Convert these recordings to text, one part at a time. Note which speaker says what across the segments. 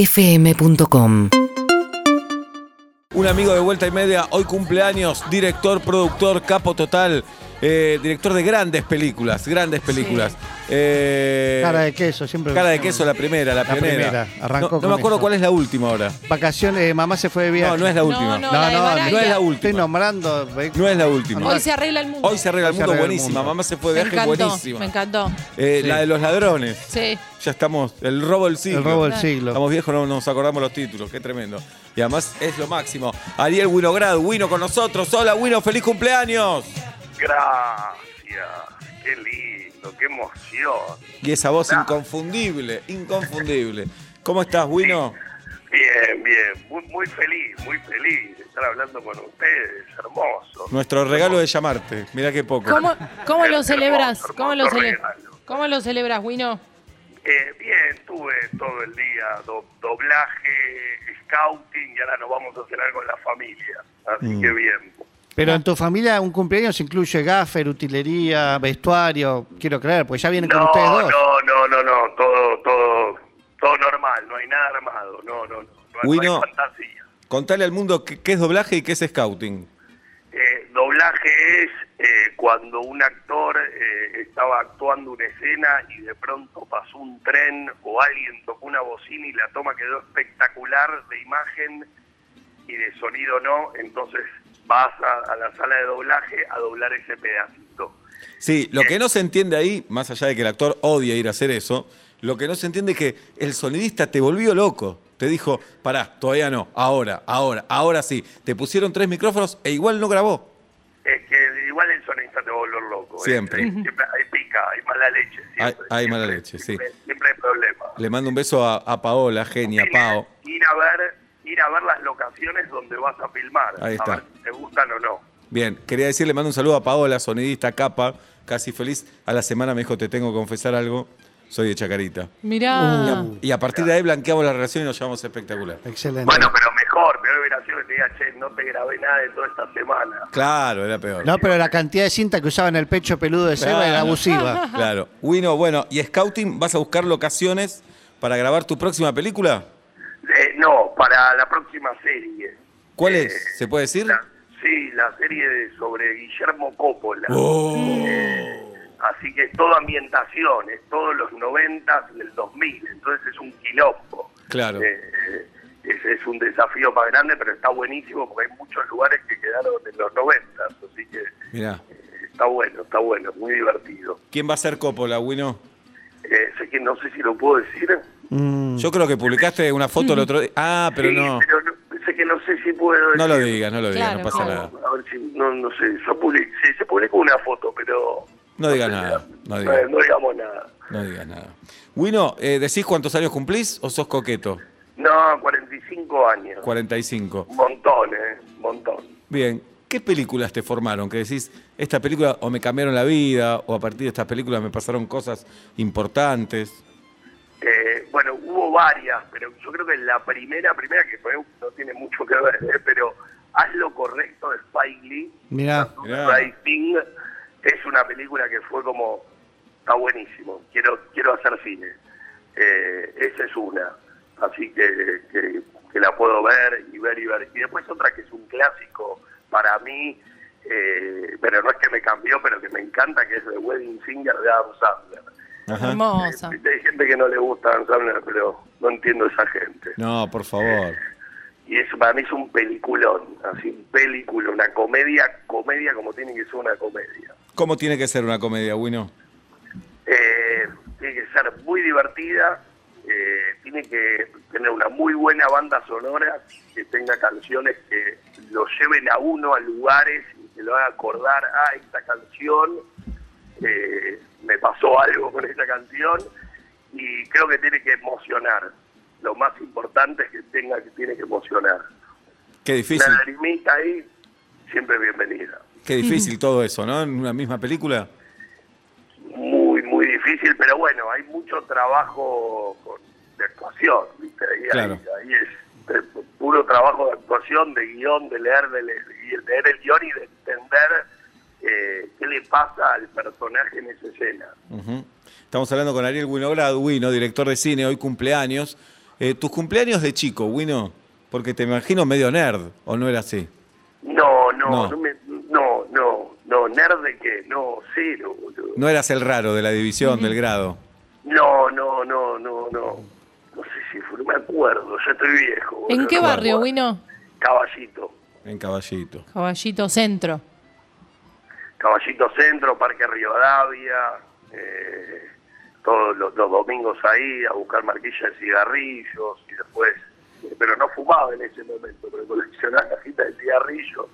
Speaker 1: urbanaplayfm.com
Speaker 2: Un amigo de Vuelta y Media, hoy cumpleaños, director, productor, capo total, eh, director de grandes películas, grandes películas. Eh,
Speaker 3: Cara de queso, siempre.
Speaker 2: Cara de queso, la primera, la,
Speaker 3: La
Speaker 2: pionera.
Speaker 3: primera, arrancó
Speaker 2: no, no
Speaker 3: con
Speaker 2: me acuerdo
Speaker 3: eso.
Speaker 2: cuál es la última ahora.
Speaker 3: Vacaciones, eh, mamá se fue de viaje.
Speaker 2: No, no es la última.
Speaker 4: no,
Speaker 2: No,
Speaker 4: la de Baraglia.
Speaker 2: no es la
Speaker 3: Estoy
Speaker 2: última.
Speaker 3: nombrando. ve-
Speaker 2: No es la última.
Speaker 4: Hoy se arregla el mundo.
Speaker 2: Hoy se arregla el
Speaker 3: Hoy se
Speaker 2: mundo,
Speaker 3: arregla el
Speaker 2: buenísima.
Speaker 3: mundo.
Speaker 2: Mamá se fue
Speaker 4: me
Speaker 2: de viaje,
Speaker 4: encantó,
Speaker 2: buenísima.
Speaker 4: Me encantó.
Speaker 2: Eh,
Speaker 3: Sí.
Speaker 2: La de los ladrones.
Speaker 4: Sí.
Speaker 2: Ya estamos, el robo del siglo.
Speaker 3: El robo del siglo.
Speaker 2: Estamos viejos, no nos acordamos los títulos, qué tremendo. Y además es lo máximo. Ariel Winograd, Wino con nosotros. Hola, Wino, feliz cumpleaños.
Speaker 5: Gracias, qué lindo, qué emoción.
Speaker 2: Y esa voz inconfundible, inconfundible. ¿Cómo estás, Wino?
Speaker 5: Bien, bien, muy, muy feliz, muy feliz de estar hablando con ustedes, hermoso.
Speaker 2: Nuestro regalo de llamarte. Mirá qué poco.
Speaker 4: ¿Cómo, cómo lo celebras?
Speaker 5: Hermoso,
Speaker 4: ¿Cómo lo
Speaker 5: hermoso
Speaker 4: celebras?
Speaker 5: regalo.
Speaker 4: ¿Cómo lo celebras, Wino?
Speaker 5: Eh, bien, tuve todo el día do- doblaje, scouting y ahora nos vamos a cenar con la familia. Así
Speaker 3: Mm.
Speaker 5: que bien.
Speaker 3: Pero en tu familia un cumpleaños incluye gaffer, utilería, vestuario. Quiero creer, pues ya vienen con
Speaker 5: No,
Speaker 3: ustedes dos.
Speaker 5: no, no, no, no, todo, todo, todo normal, no hay nada armado, no, no, no, no, hay-
Speaker 2: Wino.
Speaker 5: no hay fantasía.
Speaker 2: Contale al mundo qué, qué es doblaje y qué es scouting.
Speaker 5: Eh, doblaje es eh, cuando un actor eh, estaba actuando una escena y de pronto pasó un tren o alguien tocó una bocina y la toma quedó espectacular de imagen y de sonido no, entonces vas a, a la sala de doblaje a doblar ese pedacito.
Speaker 2: Sí, lo que no se entiende ahí, más allá de que el actor odia ir a hacer eso, lo que no se entiende es que el sonidista te volvió loco. Te dijo, pará, todavía no, ahora, ahora, ahora sí. Te pusieron tres micrófonos e igual no grabó.
Speaker 5: Es que igual el sonista te va a volver loco. ¿eh?
Speaker 2: Siempre.
Speaker 5: siempre hay pica, hay mala leche. Siempre,
Speaker 2: Hay- hay mala
Speaker 5: siempre,
Speaker 2: leche, sí.
Speaker 5: Siempre, siempre hay problemas.
Speaker 2: Le mando un beso a, a Paola, genia,
Speaker 5: Ir-
Speaker 2: Pao.
Speaker 5: Ir a ver, ir a ver las locaciones donde vas a filmar.
Speaker 2: Ahí está.
Speaker 5: A ver si te gustan o no.
Speaker 2: Bien, quería decir, le mando un saludo a Paola, sonidista capa, casi feliz. A la semana me dijo, te tengo que confesar algo, soy de Chacarita.
Speaker 4: Mirá.
Speaker 2: Y a partir de ahí blanqueamos la relación y nos llevamos espectacular.
Speaker 3: Excelente.
Speaker 5: Bueno, pero mejor, peor hubiera sido que te diga, che, no te grabé nada de toda esta semana.
Speaker 2: Claro, era peor.
Speaker 3: no, pero la cantidad de cinta que usaba en el pecho peludo de Seba
Speaker 2: Claro.
Speaker 3: era abusiva.
Speaker 2: Claro. Wino, bueno, ¿y Scouting vas a buscar locaciones para grabar tu próxima película?
Speaker 5: Eh, no, para la próxima serie.
Speaker 2: ¿Cuál
Speaker 5: Eh,
Speaker 2: es? ¿Se puede decir?
Speaker 5: la- sí, la serie de- sobre Guillermo Coppola.
Speaker 2: Oh.
Speaker 5: Así que es toda ambientación, es todos los 90 y el 2000, entonces es un quilombo.
Speaker 2: Claro.
Speaker 5: Eh, ese es un desafío más grande, pero está buenísimo porque hay muchos lugares que quedaron en los 90, así que
Speaker 2: Mirá.
Speaker 5: eh, está bueno, está bueno, muy divertido.
Speaker 2: ¿Quién va a ser Coppola, Wino?
Speaker 5: Eh, sé que no sé si lo puedo decir.
Speaker 2: Yo creo que publicaste una foto el otro día. Ah, pero
Speaker 5: Sí,
Speaker 2: no.
Speaker 5: pero no- sé que no sé si puedo
Speaker 2: No
Speaker 5: decir.
Speaker 2: lo digas, no lo digas, no
Speaker 4: Claro,
Speaker 2: pasa
Speaker 4: no.
Speaker 2: nada.
Speaker 5: A ver si, no, no sé, yo publi- sí, se publicó una foto, pero...
Speaker 2: No digas
Speaker 5: sé,
Speaker 2: nada, no
Speaker 5: eh,
Speaker 2: digas.
Speaker 5: no digamos nada.
Speaker 2: No digas nada. Wino, eh, ¿decís cuántos años cumplís o sos coqueto?
Speaker 5: No, 45 años.
Speaker 2: 45.
Speaker 5: Un montón, ¿eh? Un montón.
Speaker 2: Bien. ¿Qué películas te formaron? Que decís, esta película o me cambiaron la vida, o a partir de estas películas me pasaron cosas importantes.
Speaker 5: Eh, bueno, hubo varias, pero yo creo que la primera, primera que fue, no tiene mucho que ver, ¿eh? pero Haz lo correcto de Spike Lee.
Speaker 3: Mirá.
Speaker 2: Mirá.
Speaker 5: Right Thing, es una película que fue como, está buenísimo, quiero quiero hacer cine. Eh, esa es una, así que, que- que la puedo ver y ver y ver. Y después otra que es un clásico para mí, eh, pero no es que me cambió, pero que me encanta, que es The Wedding Singer de Adam Sandler.
Speaker 2: Ajá.
Speaker 4: Hermosa.
Speaker 5: Hay gente que no le gusta Adam Sandler, pero no entiendo esa gente.
Speaker 2: No, por favor.
Speaker 5: Y eso para mí es un peliculón, así un película, una comedia, comedia como tiene que ser una comedia.
Speaker 2: ¿Cómo tiene que ser una comedia, Wino?
Speaker 5: Eh, tiene que ser muy divertida, eh, tiene que tener una muy buena banda sonora, que tenga canciones que lo lleven a uno a lugares y que lo haga acordar a esta canción, eh, me pasó algo con esta canción, y creo que tiene que emocionar. Lo más importante es que tenga que tiene que emocionar.
Speaker 2: Qué
Speaker 5: Una
Speaker 2: difícil,
Speaker 5: lagrimita ahí, siempre bienvenida.
Speaker 2: qué difícil todo eso, ¿no? En una misma película.
Speaker 5: muy, muy difícil, pero bueno, hay mucho trabajo con- de actuación, ¿viste? Ahí, ahí-
Speaker 2: Claro.
Speaker 5: ahí es de- puro trabajo de actuación, de guión, de leer, de le- y de leer el guión y de entender eh, qué le pasa al personaje en esa escena.
Speaker 2: Ujú. Estamos hablando con Ariel Winograd, Wino, director de cine, hoy cumpleaños. Eh, ¿Tus cumpleaños de chico, Wino? Porque te imagino medio nerd, ¿o no era así?
Speaker 5: No, no,
Speaker 2: No.
Speaker 5: no, me- no, no, no, nerd de qué, no, cero, boludo.
Speaker 2: No eras el raro de la división, del grado.
Speaker 5: No, no, no, no, no. No sé si fue, no me acuerdo, yo estoy viejo. boludo,
Speaker 4: ¿En qué
Speaker 5: no me
Speaker 4: barrio,
Speaker 5: acuerdo.
Speaker 4: Wino?
Speaker 5: Caballito.
Speaker 2: En caballito.
Speaker 4: Caballito Centro.
Speaker 5: Caballito Centro, Parque Rivadavia, eh, todos los, los domingos ahí a buscar marquillas de cigarrillos y después, eh, pero no fumaba en ese momento, pero coleccionaba cajitas de cigarrillos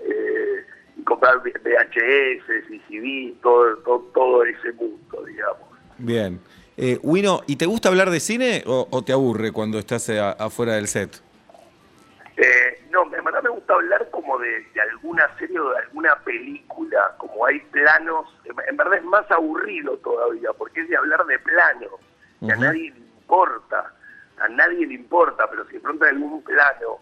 Speaker 5: eh, y comprar VHS, CCD, todo, todo, todo ese mundo, digamos.
Speaker 2: Bien. Eh, Wino, ¿y te gusta hablar de cine o, o te aburre cuando estás eh, a- afuera del set?
Speaker 5: Eh, no, en verdad me gusta hablar como de, de alguna serie o de alguna película, como hay planos, en, en verdad es más aburrido todavía, porque es de hablar de planos, que a
Speaker 2: Ujú.
Speaker 5: nadie le importa, a nadie le importa, pero si de pronto hay algún plano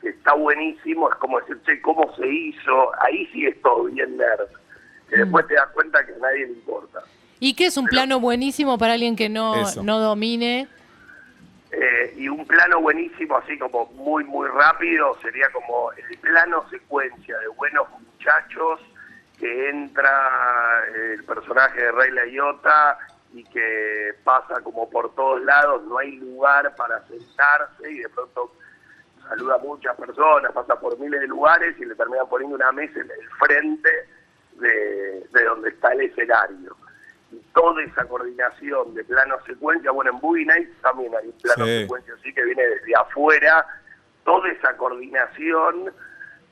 Speaker 5: que está buenísimo, es como decir, che, ¿cómo se hizo? Ahí sí es todo bien nerd, que después te das cuenta que a nadie le importa.
Speaker 4: ¿Y qué es un plano buenísimo para alguien que no,
Speaker 2: Eso.
Speaker 4: no domine?
Speaker 5: Eh, y un plano buenísimo, así como muy, muy rápido, sería como el plano secuencia de buenos muchachos que entra el personaje de Rey Laiota y que pasa como por todos lados, no hay lugar para sentarse y de pronto saluda a muchas personas, pasa por miles de lugares y le terminan poniendo una mesa en el frente de, de donde está el escenario. Y toda esa coordinación de plano secuencia, bueno, en Boogie Nights también hay un plano
Speaker 2: Sí.
Speaker 5: secuencia así que viene desde afuera, toda esa coordinación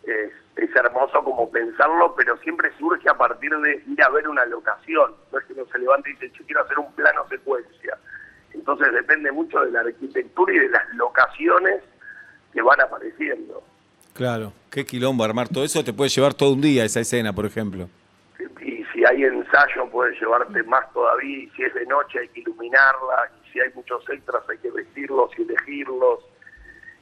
Speaker 5: es, es hermoso como pensarlo, pero siempre surge a partir de ir a ver una locación, no es que uno se levante y dice, yo quiero hacer un plano secuencia. Entonces depende mucho de la arquitectura y de las locaciones que van apareciendo.
Speaker 2: Claro. Qué quilombo armar todo eso. Te puede llevar todo un día esa escena, por ejemplo.
Speaker 5: Y si hay ensayo puedes llevarte más todavía, y si es de noche hay que iluminarla, y si hay muchos extras hay que vestirlos y elegirlos.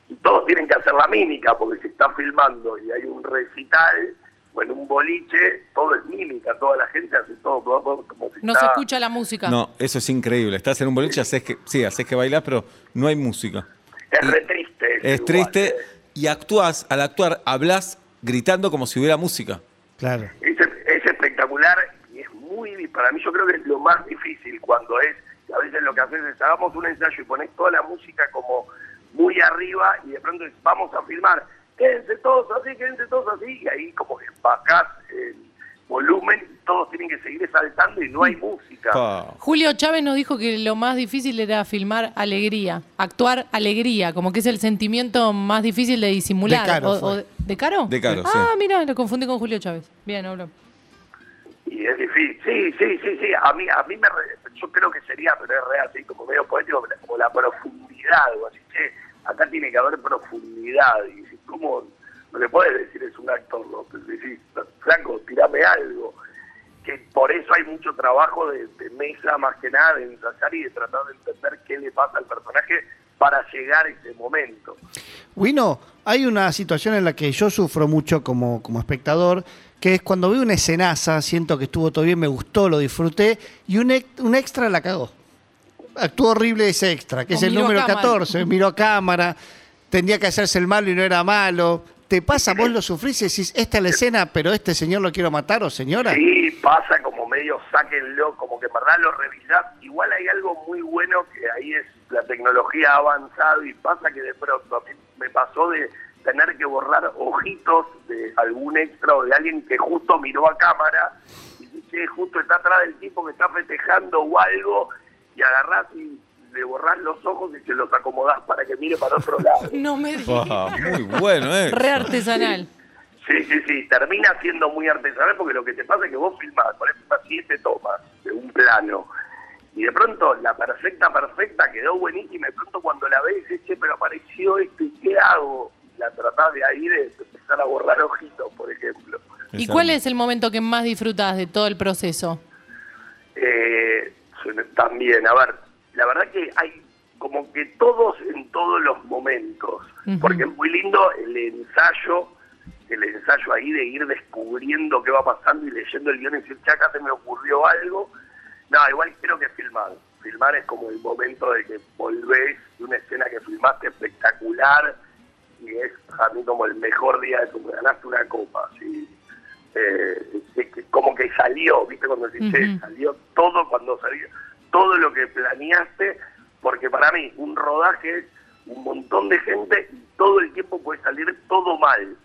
Speaker 5: Y todos tienen que hacer la mímica, porque si está filmando y hay un recital o en un boliche, todo es mímica, toda la gente hace todo, todo, todo, como si
Speaker 4: No se
Speaker 5: está-
Speaker 4: escucha la música.
Speaker 2: No, eso es increíble. Estás en un boliche, haces que, sí, haces que bailás, pero no hay música.
Speaker 5: Es re triste. eso
Speaker 2: Es
Speaker 5: igual,
Speaker 2: triste
Speaker 5: ¿eh?
Speaker 2: y actuás, al actuar, hablas gritando como si hubiera música.
Speaker 3: Claro.
Speaker 5: es, es espectacular y es muy, para mí yo creo que es lo más difícil cuando es, a veces lo que haces es hagamos un ensayo y pones toda la música como muy arriba y de pronto es, vamos a filmar, quédense todos así, quédense todos así, y ahí como que bajás el volumen y todos tienen que seguir saltando y no hay música.
Speaker 2: Pa.
Speaker 4: Julio Chávez nos dijo que lo más difícil era filmar alegría, actuar alegría, como que es el sentimiento más difícil de disimular.
Speaker 3: De Caro
Speaker 4: O-
Speaker 3: fue.
Speaker 4: o de, ¿de Caro?
Speaker 2: De Caro,
Speaker 4: Ah,
Speaker 2: sí.
Speaker 4: mira, lo confundí con Julio Chávez. Bien, hablo.
Speaker 5: Y es difícil. Sí, sí, sí, sí. A mí, a mí me re- yo creo que sería, pero es real, así como medio poético, pero como la profundidad. o así, che, acá tiene que haber profundidad. Y si, ¿cómo? No le puedes decir es un actor, no. Pero decís, Franco, tirame algo. Que por eso hay mucho trabajo de, de mesa, más que nada, de ensayar y de tratar de entender qué le pasa al personaje para llegar a ese momento.
Speaker 3: Wino, hay una situación en la que yo sufro mucho como, como espectador, que es cuando veo una escenaza, siento que estuvo todo bien, me gustó, lo disfruté, y un, ex- un extra la cagó. Actuó horrible ese extra, que
Speaker 4: O
Speaker 3: es el
Speaker 4: miró a
Speaker 3: número
Speaker 4: cámara.
Speaker 3: 14, miró a cámara, tendría que hacerse el malo y no era malo. ¿Te pasa, vos lo sufrís y decís, esta es la escena, pero este señor lo quiero matar o señora?
Speaker 5: Sí, pasa como medio sáquenlo, como que en verdad lo revisás. Igual hay algo muy bueno que ahí es la tecnología ha avanzado y pasa que de pronto a mí me pasó de tener que borrar ojitos de algún extra o de alguien que justo miró a cámara y dice, justo está atrás del tipo que está festejando o algo y agarrás y le borrás los ojos y se los acomodás para que mire para otro lado.
Speaker 4: No me digas.
Speaker 2: Pa, muy bueno, ¿eh?
Speaker 4: Re artesanal.
Speaker 5: Sí, sí, sí, termina siendo muy artesanal porque lo que te pasa es que vos filmás, por ejemplo, siete tomas de un plano y de pronto la perfecta, perfecta quedó buenísima y de pronto cuando la ves dices, che, pero apareció esto y qué hago. Y La tratás de ahí de empezar a borrar ojitos, por ejemplo.
Speaker 4: ¿Y cuál es el momento que más disfrutás de todo el proceso?
Speaker 5: Eh, también, a ver, la verdad que hay como que todos en todos los momentos,
Speaker 4: Ujú.
Speaker 5: porque es muy lindo el ensayo, el ensayo ahí de ir descubriendo qué va pasando y leyendo el guión y decir, "Che, acá se me ocurrió algo, No, igual creo que filmar. Filmar es como el momento de que volvés de una escena que filmaste espectacular y es a mí como el mejor día de tu ganaste una copa. ¿sí? Eh, es que como que salió, ¿viste? Cuando decís, "Che,
Speaker 4: Ujú.
Speaker 5: salió todo cuando salió, todo lo que planeaste, porque para mí un rodaje es un montón de gente y todo el tiempo puede salir todo mal.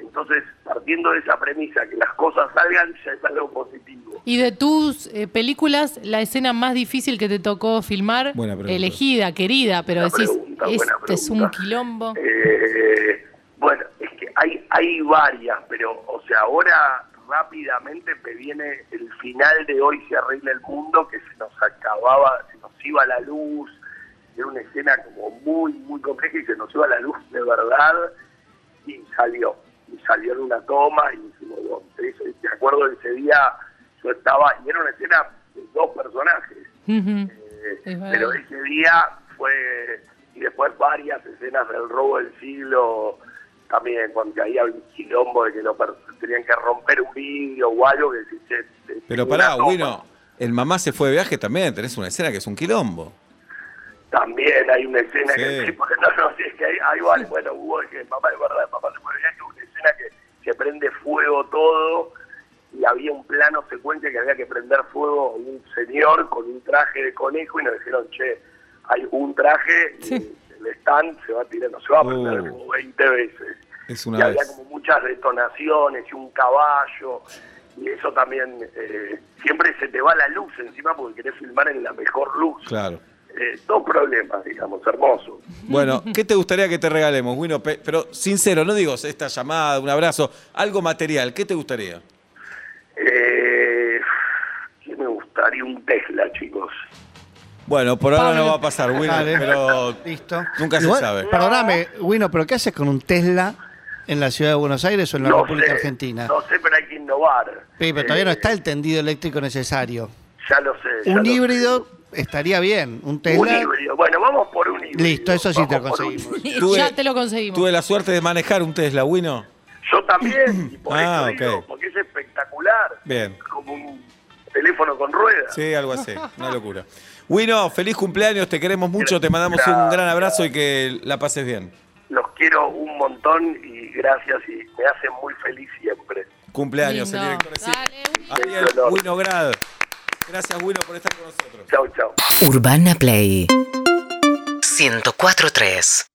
Speaker 5: Entonces, partiendo de esa premisa, que las cosas salgan, ya es algo positivo.
Speaker 4: Y de tus eh, películas, la escena más difícil que te tocó filmar,
Speaker 2: Buena pregunta.
Speaker 4: elegida, querida, pero
Speaker 5: Buena
Speaker 4: decís,
Speaker 5: pregunta, buena
Speaker 4: este es un
Speaker 5: pregunta.
Speaker 4: quilombo.
Speaker 5: Eh, bueno, es que hay, hay varias, pero, o sea, ahora rápidamente me viene el final de Hoy se arregla el mundo, que se nos acababa, se nos iba la luz, era una escena como muy, muy compleja y se nos iba la luz de verdad, y salió, y salió en una toma, y dijimos, bueno, eso, y me acuerdo de ese día, yo estaba, y era una escena de dos personajes,
Speaker 4: Ujú.
Speaker 5: eh,
Speaker 4: Es verdad.
Speaker 5: pero ese día fue, y después varias escenas del robo del siglo, también cuando había un quilombo de que lo per- tenían que romper un vidrio o algo que se- se- se-
Speaker 2: Pero
Speaker 5: una
Speaker 2: pará,
Speaker 5: toma.
Speaker 2: bueno, el mamá se fue de viaje también, tenés una escena que es un quilombo.
Speaker 5: También hay una escena
Speaker 2: Sí.
Speaker 5: que porque no, no, si es que hay, hay varias- bueno, hubo que papá de verdad, papá se fue de viaje, una escena que se prende fuego todo y había un plano secuencia que había que prender fuego a un señor con un traje de conejo y nos dijeron, che, hay un traje y
Speaker 4: Sí.
Speaker 5: el stand se va tirando, se va a prender
Speaker 2: Uh.
Speaker 5: como 20 veces.
Speaker 2: Es
Speaker 5: y
Speaker 2: una
Speaker 5: había
Speaker 2: vez.
Speaker 5: como muchas detonaciones y un caballo. Y eso también, eh, siempre se te va la luz encima porque querés filmar en la mejor luz.
Speaker 2: Claro.
Speaker 5: Eh, dos problemas, digamos, hermosos.
Speaker 2: Bueno, ¿qué te gustaría que te regalemos, Wino? Pe- Pero sincero, no digo esta llamada, un abrazo, algo material, ¿qué te gustaría?
Speaker 5: Eh, ¿Qué me gustaría? Un Tesla, chicos.
Speaker 2: Bueno, por ahora
Speaker 4: Pablo.
Speaker 2: no va a pasar, Wino,
Speaker 3: Dale.
Speaker 2: pero
Speaker 3: Listo.
Speaker 2: nunca se
Speaker 3: Igual,
Speaker 2: sabe.
Speaker 3: Perdóname, Wino, pero ¿qué haces con un Tesla en la ciudad de Buenos Aires o en la
Speaker 5: no
Speaker 3: República
Speaker 5: sé,
Speaker 3: Argentina?
Speaker 5: No sé, pero hay que innovar.
Speaker 3: Sí, pero todavía no
Speaker 5: Eh,
Speaker 3: está el tendido eléctrico necesario.
Speaker 5: Ya lo sé. ya
Speaker 3: Un
Speaker 5: lo sé.
Speaker 3: híbrido estaría bien. Un
Speaker 5: Un
Speaker 3: Tesla.
Speaker 5: híbrido. Bueno, vamos por un híbrido.
Speaker 3: Listo, eso sí te lo
Speaker 5: Vamos por un
Speaker 3: conseguimos.
Speaker 5: híbrido.
Speaker 2: Tuve-
Speaker 4: ya te lo conseguimos.
Speaker 2: Tuve la suerte de manejar un Tesla, Wino.
Speaker 5: Yo también, y por
Speaker 2: Ah,
Speaker 5: eso digo,
Speaker 2: ok.
Speaker 5: porque es espectacular.
Speaker 2: Bien.
Speaker 5: Como un teléfono con ruedas.
Speaker 2: Sí, algo así, una locura. Wino, feliz cumpleaños, te queremos mucho, te mandamos un gran abrazo y que la pases bien.
Speaker 5: Los quiero un montón y gracias y me hacen muy feliz siempre.
Speaker 2: Cumpleaños, el
Speaker 4: Lindo.
Speaker 2: director de cine.
Speaker 4: Dale, un-
Speaker 2: Ariel
Speaker 5: Qué honor.
Speaker 2: Wino Grad. Gracias, Wino, por estar con nosotros.
Speaker 5: Chau, chau.
Speaker 1: Urbana Play 104.3